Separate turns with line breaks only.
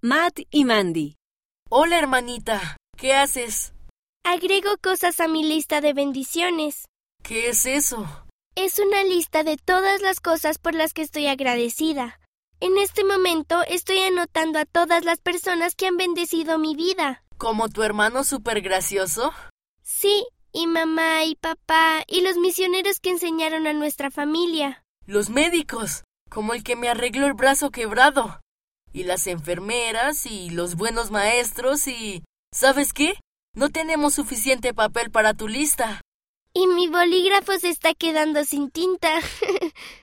Matt y Mandy.
Hola, hermanita. ¿Qué haces?
Agrego cosas a mi lista de bendiciones.
¿Qué es eso?
Es una lista de todas las cosas por las que estoy agradecida. En este momento estoy anotando a todas las personas que han bendecido mi vida.
¿Como tu hermano súper gracioso?
Sí, y mamá y papá y los misioneros que enseñaron a nuestra familia.
Los médicos, como el que me arregló el brazo quebrado. Y las enfermeras y los buenos maestros y... ¿Sabes qué? No tenemos suficiente papel para tu lista.
Y mi bolígrafo se está quedando sin tinta.